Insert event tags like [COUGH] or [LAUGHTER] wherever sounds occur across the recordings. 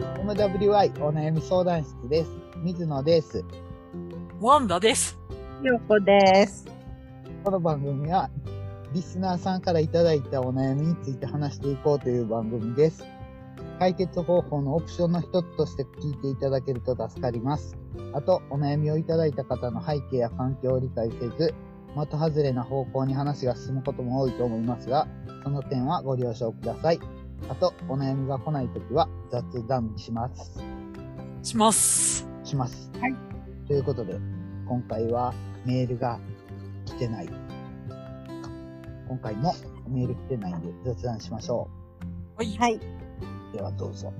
MWI お悩み相談室です。水野です。ワンダです。よこです。この番組は、リスナーさんからいただいたお悩みについて話していこうという番組です。解決方法のオプションの一つとして聞いていただけると助かります。あと、お悩みをいただいた方の背景や環境を理解せず、的外れな方向に話が進むことも多いと思いますが、その点はご了承ください。あと、お悩みが来ないときは雑談します。します。します。はい。ということで、今回はメールが来てない。今回もメール来てないんで雑談しましょはい。はい。う。ではどうぞ。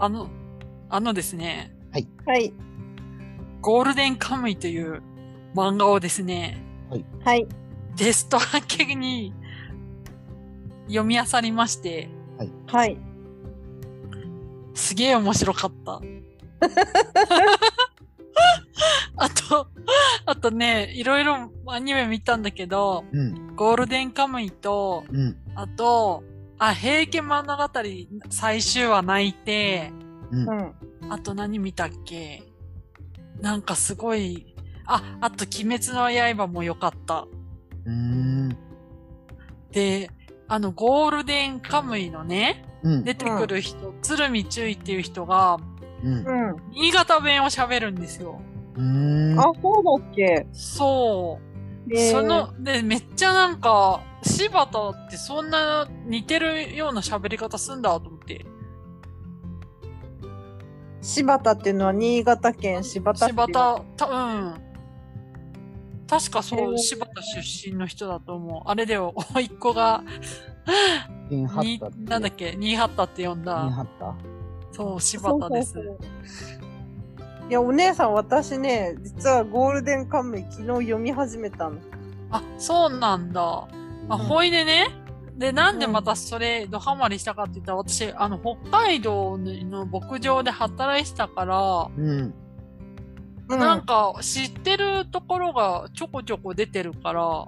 あの、あのですね、はい。ゴールデンカムイという漫画をですね、はい。テスト明けに読み漁りまして、はい。すげえ面白かった。 [LAUGHS] あと、あとね、いろいろアニメ見たんだけど、うん、ゴールデンカムイと、うん、あと、あ、平家物語最終話泣いて、うんう。ん。あと何見たっけなんかすごい、あ、あと鬼滅の刃も良かった。うーん。で、あの、ゴールデンカムイのね、うん。出てくる人、鶴見注意っていう人が、うんう。ん。新潟弁を喋るんですよ。うーん。あ、そうだっけそう。えーそ、の、で、めっちゃなんか、柴田ってそんな似てるような喋り方すんだと思って。柴田っていうのは新潟県柴田市柴田、た、うん。確かそう、へー柴田出身の人だと思う。あれだよ、甥っ子が、ピンハッにタって。なんだっけ、ニーハッタって呼んピンだ。ハッタそう、柴田です。そうそうそういや、お姉さん、私ね、実はゴールデンカムイ昨日読み始めたの。あ、そうなんだ。あ、うんほいでね。で、なんでまたそれ、ドハマりしたかって言ったら、私、あの、北海道の牧場で働いてたから、うん。うなん。か、知ってるところがちょこちょこ出てるから、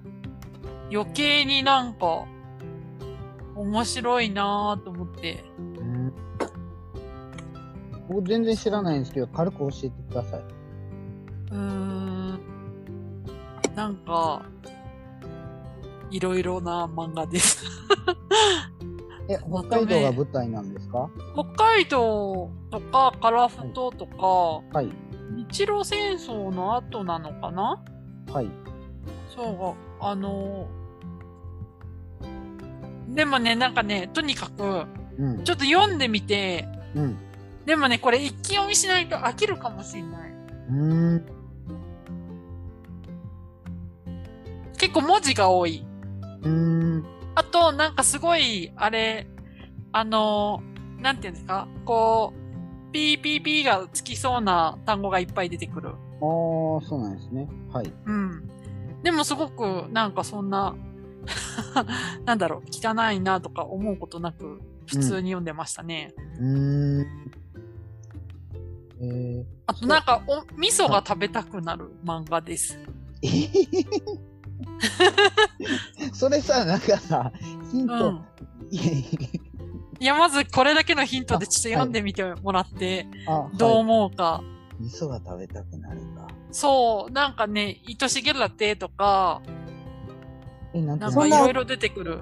余計になんか、面白いなぁと思って。うん僕全然知らないんですけど、軽く教えてください。うーん。なんか、いろいろな漫画です。え、ま北海とめ道が舞台なんですか北海道とかカラフトとか、はい。日露戦争の後なのかなはい。そう、あの、でもね、なんかね、とにかく、うん。ちょっと読んでみて、うん。でもね、これ一気読みしないと飽きるかもしれない。うーん。結構文字が多い。うーん。あと、なんかすごい、あれ、あの、なんていうんですかこう、ピーピーピーがつきそうな単語がいっぱい出てくる。あー、そうなんですね。はい。うん。でもすごく、なんかそんな、 [LAUGHS] なんだろう、汚いなとか思うことなく、普通に読んでましたね。うーん。えあとなんか、お、味噌が食べたくなる漫画です。ー、 [LAUGHS] それさ、なんかさ、ヒンうト、ん。いや、まずこれだけのヒントでちょっと読んでみてもらって、あ、どうはい、思うか。味噌が食べたくなるんだ。そう、なんかね、愛しげラテとか、え、なんなんか、かそいんなろいろ出てくる。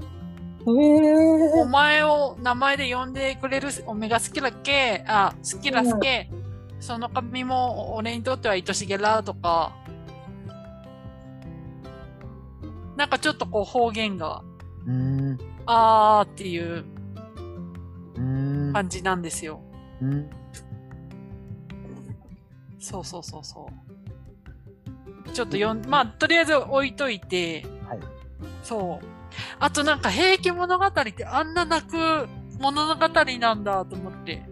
おへえ。前を名前で呼んでくれるおめが好きだっけあ、好きだっけ、その髪も俺にとっては愛しげらとか。なんかちょっとこう方言が、うーん、うあーっていうーん、感じなんですよ。うん、そうそうそうそう。ちょっとよん、まあ、とりあえず置いといて、はいそう。あとなんか、平家物語ってあんな泣く物語なんだと思って。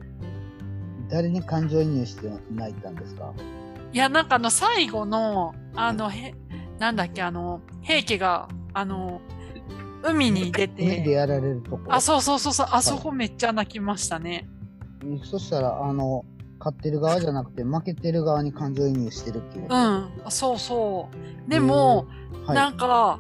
誰に感情移入して泣いたんですかいや、なんかあの、最後の、あの、へ、なんだっけ、あの、平家が、あの、海に出目でて、やられるとこ。あ、そうそうそうそう、あそこめっちゃ泣きましたね。そしたら、あの、勝ってる側じゃなくて、負けてる側に感情移入してるっていう。うん、そうそう。でも、はい。なんか、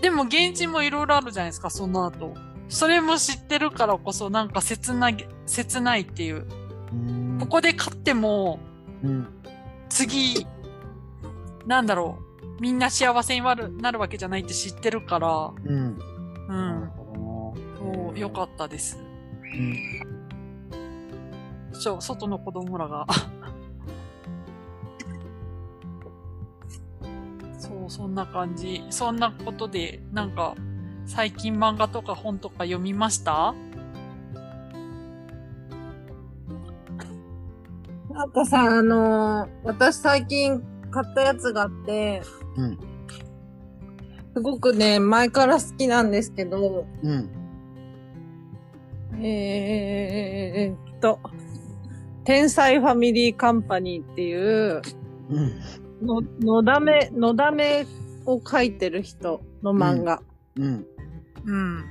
でも、現地もいろいろあるじゃないですか、その後。うそれも知ってるからこそなんか切ない、切ないっていう。うんここで勝っても、うん次、なんだろう。みんな幸せになるなるわけじゃないって知ってるから、うんうなるん。ほどもうな良かったです。うんそう、外の子供らが。 [LAUGHS] そう、そんな感じ。そんなことで、なんか、最近漫画とか本とか読みましたなんかさ、あのー私最近買ったやつがあって、うんすごくね、前から好きなんですけど、うんえーっと、天才ファミリーカンパニーっていう、うんの、のだめ、のだめを書いてる人の漫画。うん [LAUGHS] うん。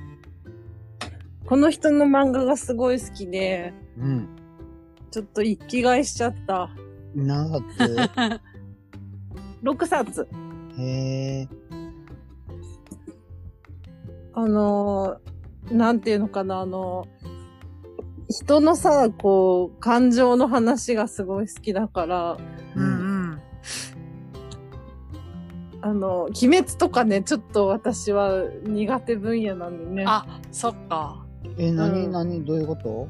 この人の漫画がすごい好きで、うんちょっと一気買いしちゃった。長く6冊。へえあのーなんていうのかな、あの人のさ、こう、感情の話がすごい好きだから、うんうん。あの、鬼滅とかね、ちょっと私は苦手分野なんでね。あ、そっか。えう何ん何どういうこと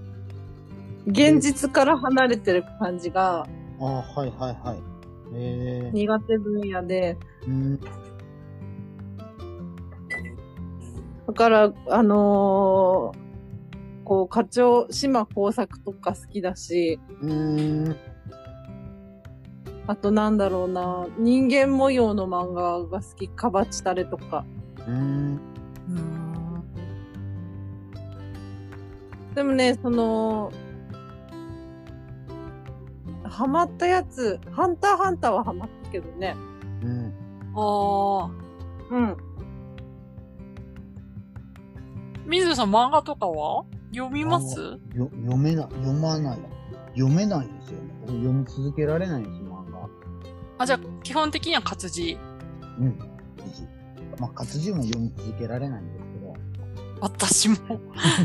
現実から離れてる感じがあはいはいはいへえ苦手分野で、うんだから、あのーこう、課長、島工作とか好きだし、うんあとなんだろうな、人間模様の漫画が好き、カバチタレとか。うんうーん。でもね、その、ハマったやつ、ハンターハンターはハマったけどね。うんああ。うん。水野さん漫画とかは読みますよ読めな読まない読めないですよね僕読み続けられないです漫画あじゃあ、基本的には活字。うん活字まあ活字も読み続けられないんですけど私も、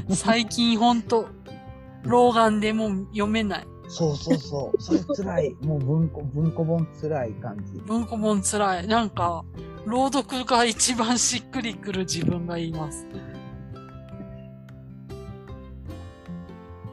[LAUGHS] 最近ほんと、老眼でもう読めない。そうそう [LAUGHS] そう。それ辛い。もう文庫、文庫本辛い感じ。文庫本辛い。なんか、朗読が一番しっくりくる自分がいます。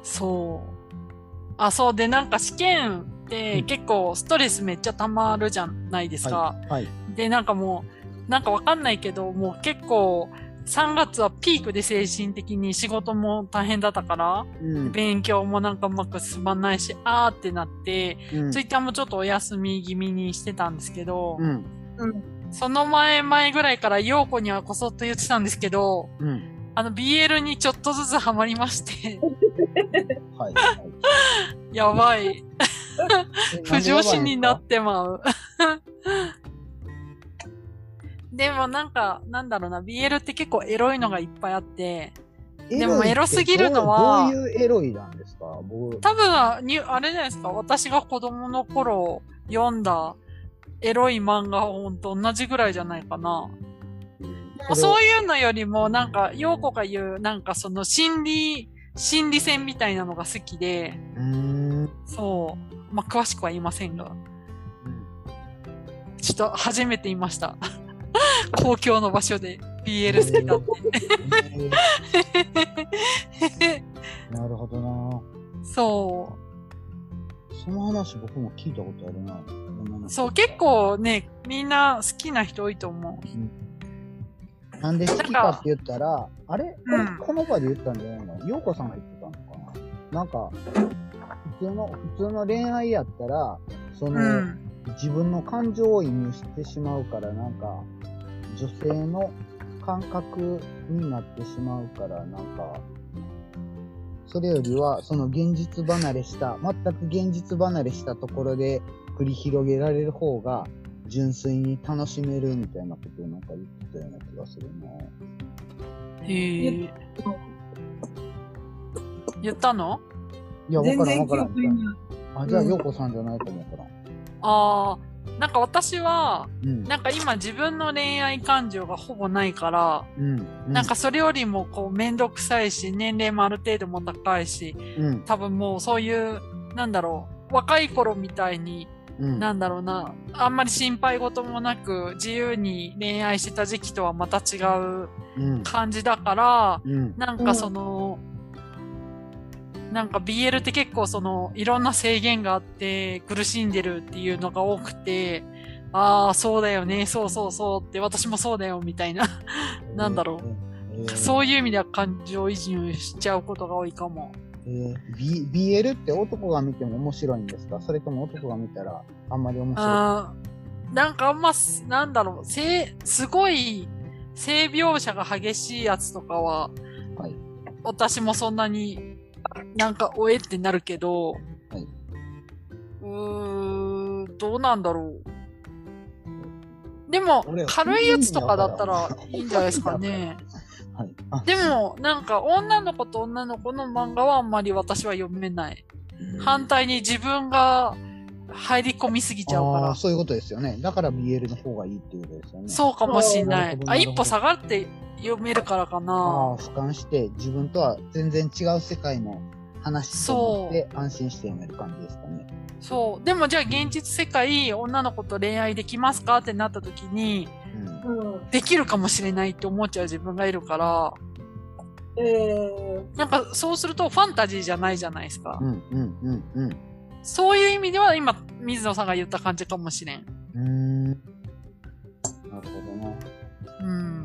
そう。あ、そう。で、なんか試験ってうん結構ストレスめっちゃ溜まるじゃないですか。はい。はい。で、なんかもう、なんかわかんないけど、もう結構、3月はピークで精神的に仕事も大変だったから、うん。勉強もなんかうまく進まないし、あーってなって、うんツイッターもちょっとお休み気味にしてたんですけど、うん。その前前ぐらいから陽子にはこそっと言ってたんですけど、うん。あの BL にちょっとずつハマりまして、 [LAUGHS] はい。はいやば [LAUGHS] い。え不女子になっなんでてまう。 [LAUGHS] でもなんか、なんだろうな、BL って結構エロいのがいっぱいあって、やばいんすかでもエロすぎるのはどうどういうエロいなんですか僕。多分はに、あれじゃないですか、私が子供の頃読んだエロい漫画本と同じぐらいじゃないかな。まあそういいうのよりも、なんか、陽子が言う、なんかその心理、心理戦みたいなのが好きで、う。うん。そう。まあ、詳しくは言いませんが、ちょっと初めて言いました。 [LAUGHS] 公共の場所で BL 好きだっえ [LAUGHS] て。ーなるほどなそその話僕も聞いたことあるな女のう。子そう、結構ね、みんな好きな人多いと思なんで好きかって言ったら、あれこれうん。この場で言ったんじゃないの陽子さんが言ってたのかななんか、普通の、普通の恋愛やったら、そうの、うん。自分の感情を意味してしまうから、なんか、女性の感覚になってしまうから、なんか、それよりは、その現実離れした、全く現実離れしたところで繰り広げられる方が、純粋に楽しめるみたいなことをなんか言ってたような気がするな。へえ。言ったのいや、わからんわから記憶にん。あ、じゃあ、陽子さんじゃないと思うからん。ああ、なんか私は、うん。なんか今自分の恋愛感情がほぼないから、うん。なんかそれよりもこうめんどくさいし、年齢もある程度も高いし、うん、多分もうそういう、なんだろう、若い頃みたいに、うん。なんだろうな、あんまり心配事もなく、自由に恋愛してた時期とはまた違ううん。感じだから、うん。なんかその、なんか BL って結構その、いろんな制限があって、苦しんでるっていうのが多くて、ああ、そうだよね、そうそうそうって、私もそうだよ、みたいな。なんだろえー。えーそういう意味では感情移入しちゃうことが多いかも。えー B、BL って男が見ても面白いんですかそれとも男が見たらあんまり面白あーなんかあんま、すなんだろう、性、すごい、性描写が激しいやつとかは、はい私もそんなになんかおえってなるけど、はいうーん、どうなんだろう。でも俺、軽いやつとかだったらいいんじゃないですかね。いはい。あ、でも、なんか女の子と女の子の漫画はあんまり私は読めない。反対に自分が入り込みすぎちゃうかあらー。そういうことですよね。だから BL の方がいいっていうことですよね。う。そうかもしんななるいほ。どあ、なるほど一歩下がって読めるからかあな。あ、俯瞰して自分とは全然違う世界の話と思って安心して読める感じですかね。そう。でもじゃあ現実世界、女の子と恋愛できますかってなった時に、うん。うん。できるかもしれないって思っちゃう自分がいるから、えなんかそうするとファンタジーじゃないじゃないですかう。んうんうんそういう意味では今、水野さんが言った感じかもしれん。うん。うーん。なるほどね。うん。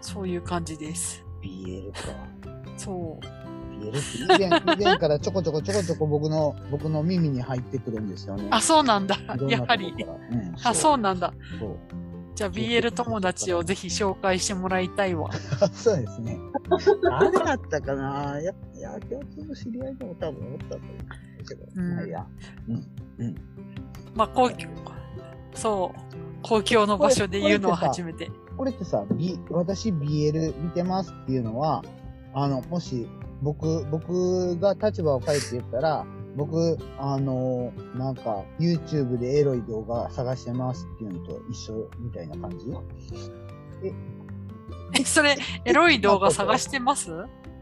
そういう感じです。 BL か。そう。 BL って以前、以前からちょこちょこちょこちょこ僕の、僕の耳に入ってくるんですよね。あ、そうなんだいろん。なやはとりこ。から。うん、あ、そうなんだ。う。そうじゃあ BL 友達をぜひ紹介してもらいたい [LAUGHS] わ。あそうですね。誰だったかなや、いや、共通の知り合いでも多分思ったと思うんですけど。うんまあいいや。まあ、公共、そう、公共の場所で言うのは初めて。これってさ、B、私 BL 見てますっていうのは、あの、もし、僕、僕が立場を変えて言ったら、僕、あの、なんか、YouTube でエロい動画探してますっていうのと一緒みたいな感じえ、それ、エロい動画探して [LAUGHS] ます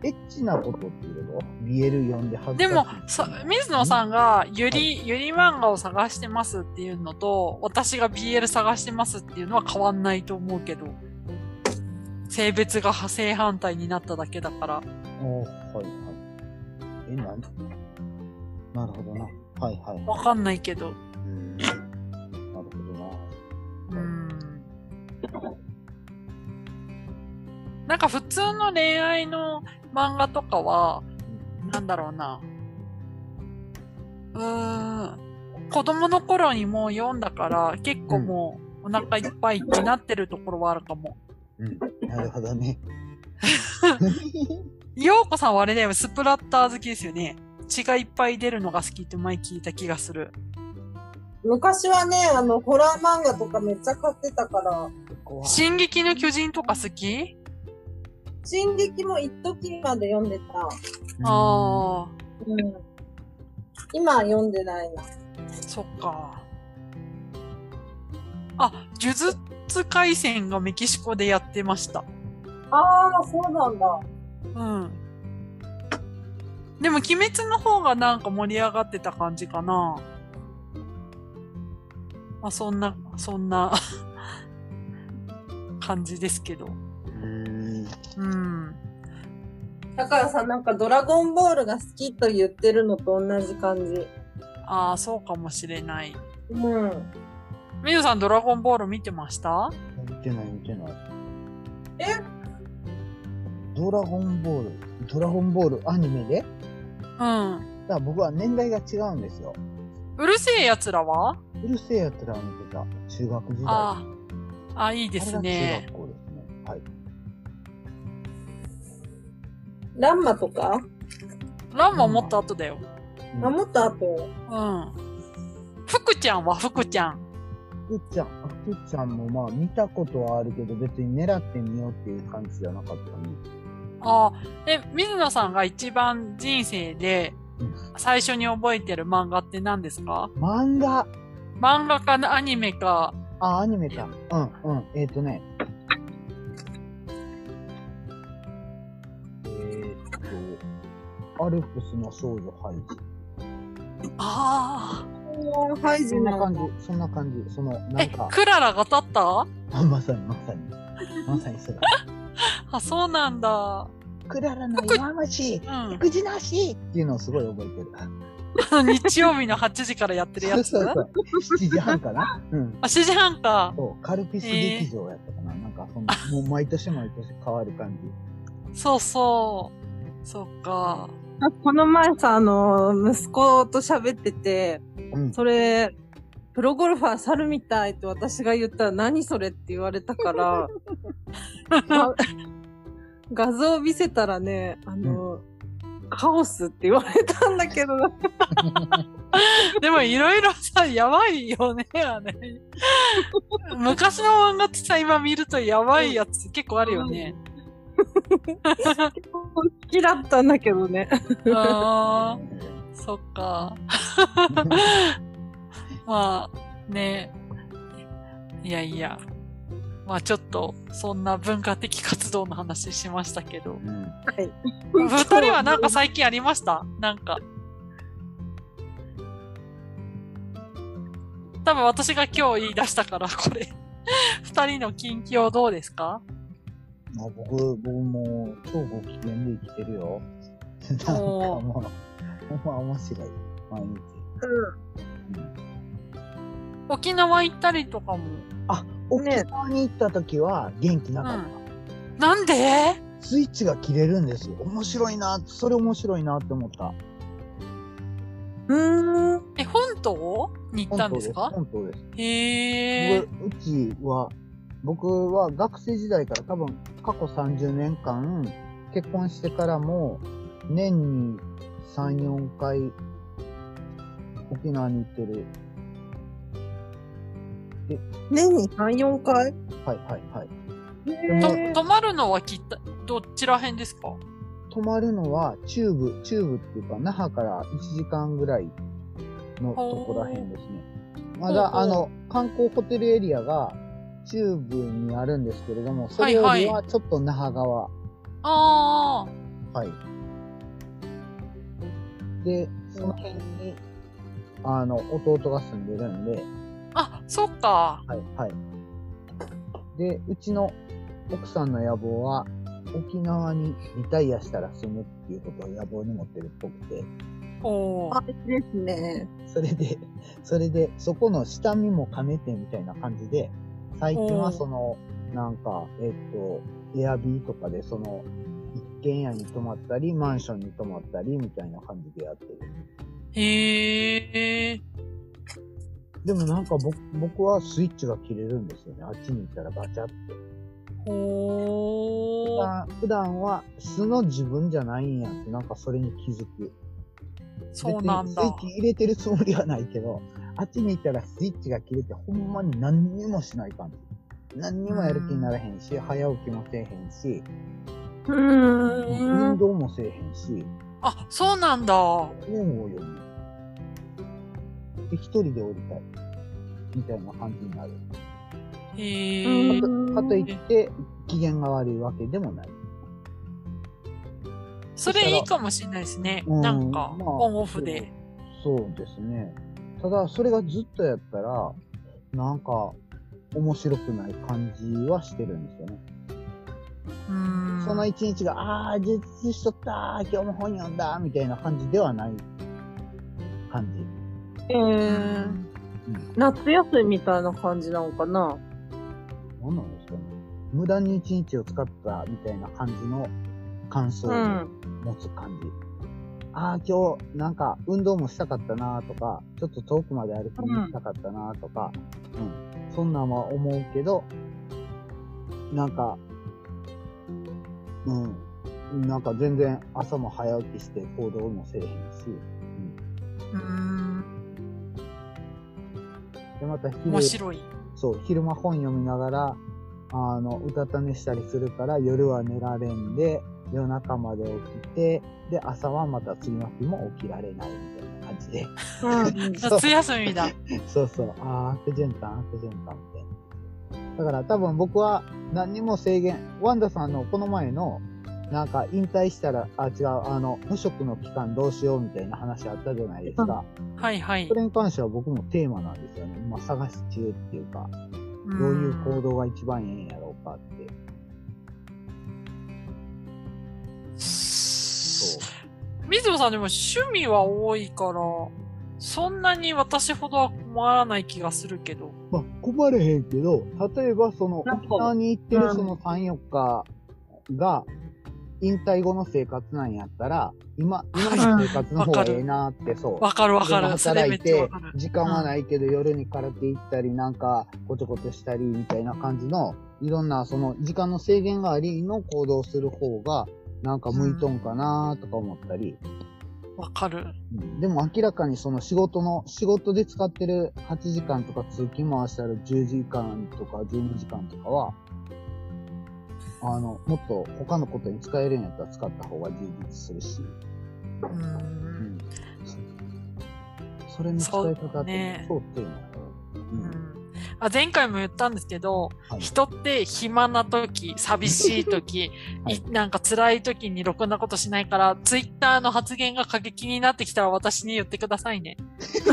エッチなことっていうこと ?BL 読んで恥ずでかしい [LAUGHS] も、さ、水野さんが、ゆり、ゆり漫画を探してますっていうのと、私が BL 探してますっていうのは変わんないと思うけど。性別が正反対になっただけだから。おーはいはい。え、なんなるほどな。はいはい。わかんないけど。うんなるほどな。うん。なんか普通の恋愛の漫画とかは、なんだろうな。うーん。子供の頃にもう読んだから、結構もうお腹いっぱいになってるところはあるかも。うん。なるほどね。ようこさんはあれだよ、スプラッター好きですよね。血がいっぱい出るのが好きって前聞いた気がする。昔はね、あの、ホラー漫画とかめっちゃ買ってたから、進撃の巨人とか好き進撃も一時まで読んでた。ああ、うん。今読んでないな。そっか。あ、呪術廻戦がメキシコでやってました。ああ、そうなんだ。うん。でも、鬼滅の方がなんか盛り上がってた感じかな。まあ、そんな、そんな [LAUGHS] 感じですけど。うん。うん。だからさ、なんかドラゴンボールが好きと言ってるのと同じ感じ。ああ、そうかもしれない。うん。みゆさん、ドラゴンボール見てました見てない見てない。えドラゴンボール。ドラゴンボールアニメでうだん。から僕は年代が違うんですよ。うるせえ奴らはうるせえやつらを見てた。中学時代。ああ、あ、いいですあれが中ね。学校ですね。はい。ランマとかランマもっと後だよ。あ、もっと後。うん。福ちゃんは福ちゃん。ふくちゃん、あふくちゃんもまあ見たことはあるけど、別に狙ってみようっていう感じじゃなかったね。ああ、え、水野さんが一番人生で最初に覚えてる漫画って何ですか漫画。漫画かアニメか、あ、アニメか。うん、うん。えっ、とね。えっ、と、アルプスの少女ハイジ。あハイジそんなの感じ、そんな感じ。その、あ、なえんか、、 [LAUGHS] クララが立ったあまさにまさに。まさにそうだ。あ、そうなんだ。クララの弱虫うん。 [LAUGHS] 育児なしっていうのをすごい覚えてる。日曜日の8時からやってるやつそう [LAUGHS] そうそう。7時半かなうん。あ、7時半か。そう、カルピス劇場やったかな、なんかその、もう毎年毎年変わる感じ。そうそう。そっか。あこの前さ、あの、息子と喋ってて、うん。それ、プロゴルファー猿みたいって私が言ったら何それって言われ [LAUGHS] たから、ま画像を見せたらね、あの、カオスって言われたんだけど、でもいろいろさ、やばいよね、あれ。昔の漫画ってさ、今見るとやばいやつ結構あるよね。好きだったんだけどね。ああ、そっか。まあ、ね。いやいや。まあちょっと、そんな文化的活動の話しましたけど。うん二人はなんか最近ありましたなんか。多分私が今日言い出したから、これ。二人の近況どうですかまあ、僕、僕もう超ご機嫌で生きてるよ。なんかおーもう、ほんま面白い。毎日。沖縄行ったりとかも。あ、沖ね縄に行った時は元気なかった。なんでスイッチが切れるんですよ。面白いな、それ面白いなって思った。うん。え、本島に行ったんですか本当です。へえ。僕うちは、僕は学生時代から多分過去30年間、結婚してからも、年に3、4回、沖縄に行ってる。年に3、4回はいはいはい。とへ泊まるのはきった、どちら辺ですか泊まるのは中部、中部っていうか、那覇から1時間ぐらいのとこらへんですね。まだ、ほうほうあの、観光ホテルエリアが中部にあるんですけれども、それよりはちょっと那覇側。ああ。はい。で、その辺に、あの、弟が住んでるんで、あ、そっか。はい、はい。で、うちの奥さんの野望は、沖縄にリタイアしたら住むっていうことを野望に持ってるっぽくて、おーあれですね。それで、 [LAUGHS] それで、そこの下見も兼ねてみたいな感じで、最近おはーその、なんか、えっと、エアビーとかでその、一軒家に泊まったり、マンションに泊まったり、みたいな感じでやってる。へえ。でもなんか僕僕はスイッチが切れるんですよね。あっちに行ったらガチャって。ほ普ー。段普段は素の自分じゃないんやって、なんかそれに気づく。そうなん別。にだスイッチ入れてるつもりはないけど、あっちに行ったらスイッチが切れて、ほんまに何にもしない感じ。何にもやる気にならへんし、早起きもせえへんし、う運ん。動もせえへんし、あ、そうなんだ。本を読む。で、一人で降りたい。みたいな感じになる。へうえ。んかといって、機嫌が悪いわけでもない。それいいかもしれないですね。うんなんか、まあオンオフで。そうですね。ただ、それがずっとやったら、なんか、面白くない感じはしてるんですよね。うーん。その一日が、ああー、充実しとったー、今日も本読んだー、みたいな感じではない感じ。えうーん夏休みみたいな感じなのかな何なんですかね。無駄に一日を使ったみたいな感じの感想をん。持つ感じ。ああ、今日なんか運動もしたかったなーとか、ちょっと遠くまで歩きに行きたかったなーとか、うん、そんなんは思うけど、なんか、うん、なんか全然朝も早起きして行動もせえへんし、うーん。で、また昼面白い。そう、昼間本読みながら、あの、うたた寝したりするから夜は寝られんで、夜中まで起きて、で、朝はまた次の日も起きられないみたいな感じで。そう夏休みだ。そうそう。ああ、悪循環、悪循環みたいな。だから多分僕は何にも制限、ワンダさんのこの前の、なんか引退したら、あ、違う、あの、無職の期間どうしようみたいな話あったじゃないですか。はいはいそ。れに関しては僕もテーマなんですよね。今探し中っていうか、うんどういう行動が一番ええんやろうかって。そう。水野さんでも趣味は多いから、そんなに私ほどは困らない気がするけど。まあ、困れへんけど、例えばそのなんか沖縄に行ってるうんその3、4日が、引退後の生活なんやったら、今、今の生活の方がええなって、そう。わかるわかでもる。それ働めいっちゃてわかる、。時間はないけど、夜に空手行ったり、なんか、こちょこちょしたり、みたいな感じの、いろんな、その、時間の制限がありの行動する方が、なんか向いとんかなとか思ったり、わかる。うんでも明らかにその仕事の、仕事で使ってる8時間とか通勤回したら10時間とか12時間とかは、あの、もっと他のことに使えるんやったら使った方が充実するし、う。うんん。それの使い方そうってね、そうっていうのかうな。んあ前回も言ったんですけど、はい人って暇な時、寂しい時、 [LAUGHS] はいいなんか辛い時にろくなことしないから、ツイッターの発言が過激になってきたら私に言ってくださ [LAUGHS] いね。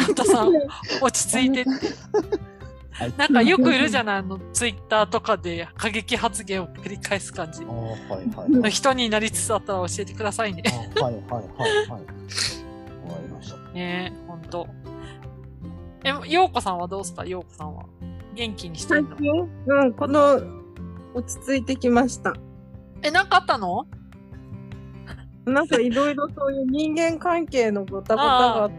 あんたさん、落ち着いてって。はいなんかよくいるじゃないあの、ツイッターとかで過激発言を繰り返す感じあ。あ、はいはいのはい。人になりつつあったら教えてくださいねあ。ーはいはいはいはい。わかりました。ねえ、ほんと。え、ようこさんはどうすかようこさんは。元気にしてる最の近うん、この、落ち着いてきました。え、なんかあったのなんかいろいろそういう人間関係のごたごたがあっ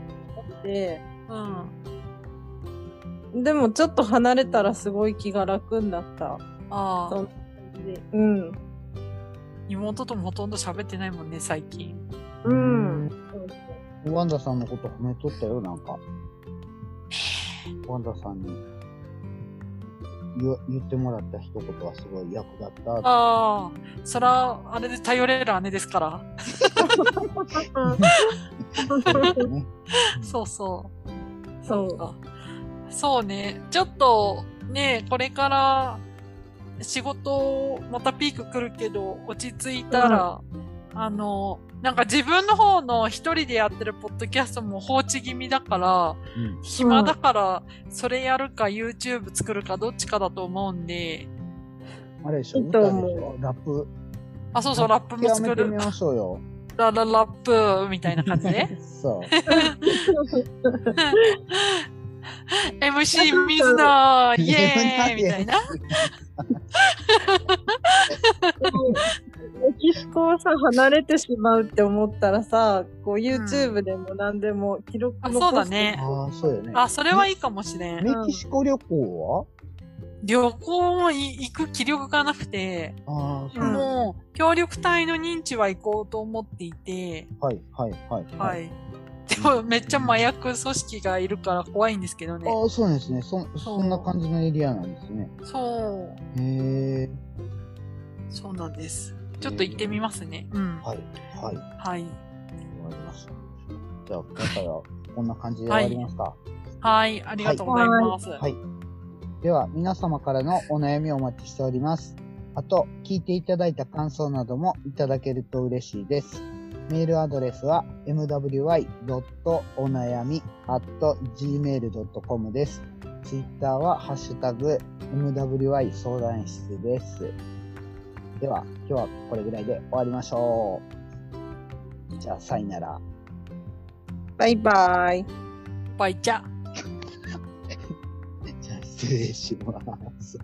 て、うん。でもちょっと離れたらすごい気が楽になった。あそあう。うん。妹ともほとんど喋ってないもんね、最近。うん。ワンダさんのこと褒めとったよ、なんか。ワンダさんに言言ってもらった一言はすごい役立った。ああ。そら、あれで頼れる姉ですから。ってね。そうそう。そう。そうね。ちょっと、ね、これから、仕事、またピーク来るけど、落ち着いたら、あの、なんか自分の方の一人でやってるポッドキャストも放置気味だから、うん暇だから、それやるか YouTube 作るかどっちかだと思うんで、あれでしょ、いい歌とでし思うょラップ。あ、そうそう、ラップも作やめてみる。ましょうよ。ラララップ、みたいな感じで。そう。 MC 水野、イエーイみたいな。メキシコをさ、離れてしまうって思ったらさ、こう YouTube でも何でも記録あ、残してそうだ。ね。ああ、そうよね。あ、それはいいかもしれん。メキシコ旅行旅行もい行く気力がなくて、はああ、そううんもう協力隊の認知は行こうと思っていて、はい、はい、はい。。はいい。でもめっちゃ麻薬組織がいるから怖いんですけどね。ああ、そうなんですね。そ、そんな感じのエリアなんですね。そう。へえ。そうなんです。ちょっと行ってみますね。うん。はい、はい。はい。わかりました。じゃあ、今回はこんな感じで終わりますか。はい。ありがとうございます。はいでは皆様からのお悩みをお待ちしております。あと、聞いていただいた感想などもいただけると嬉しいです。メールアドレスは mwy.onayami.gmail.com です。ツイッターはハッシュタグ mwy 相談室です。では、今日はこれぐらいで終わりましょう。じゃあ、さよなら。バイバイ。バイチャ。じゃあ、失礼します。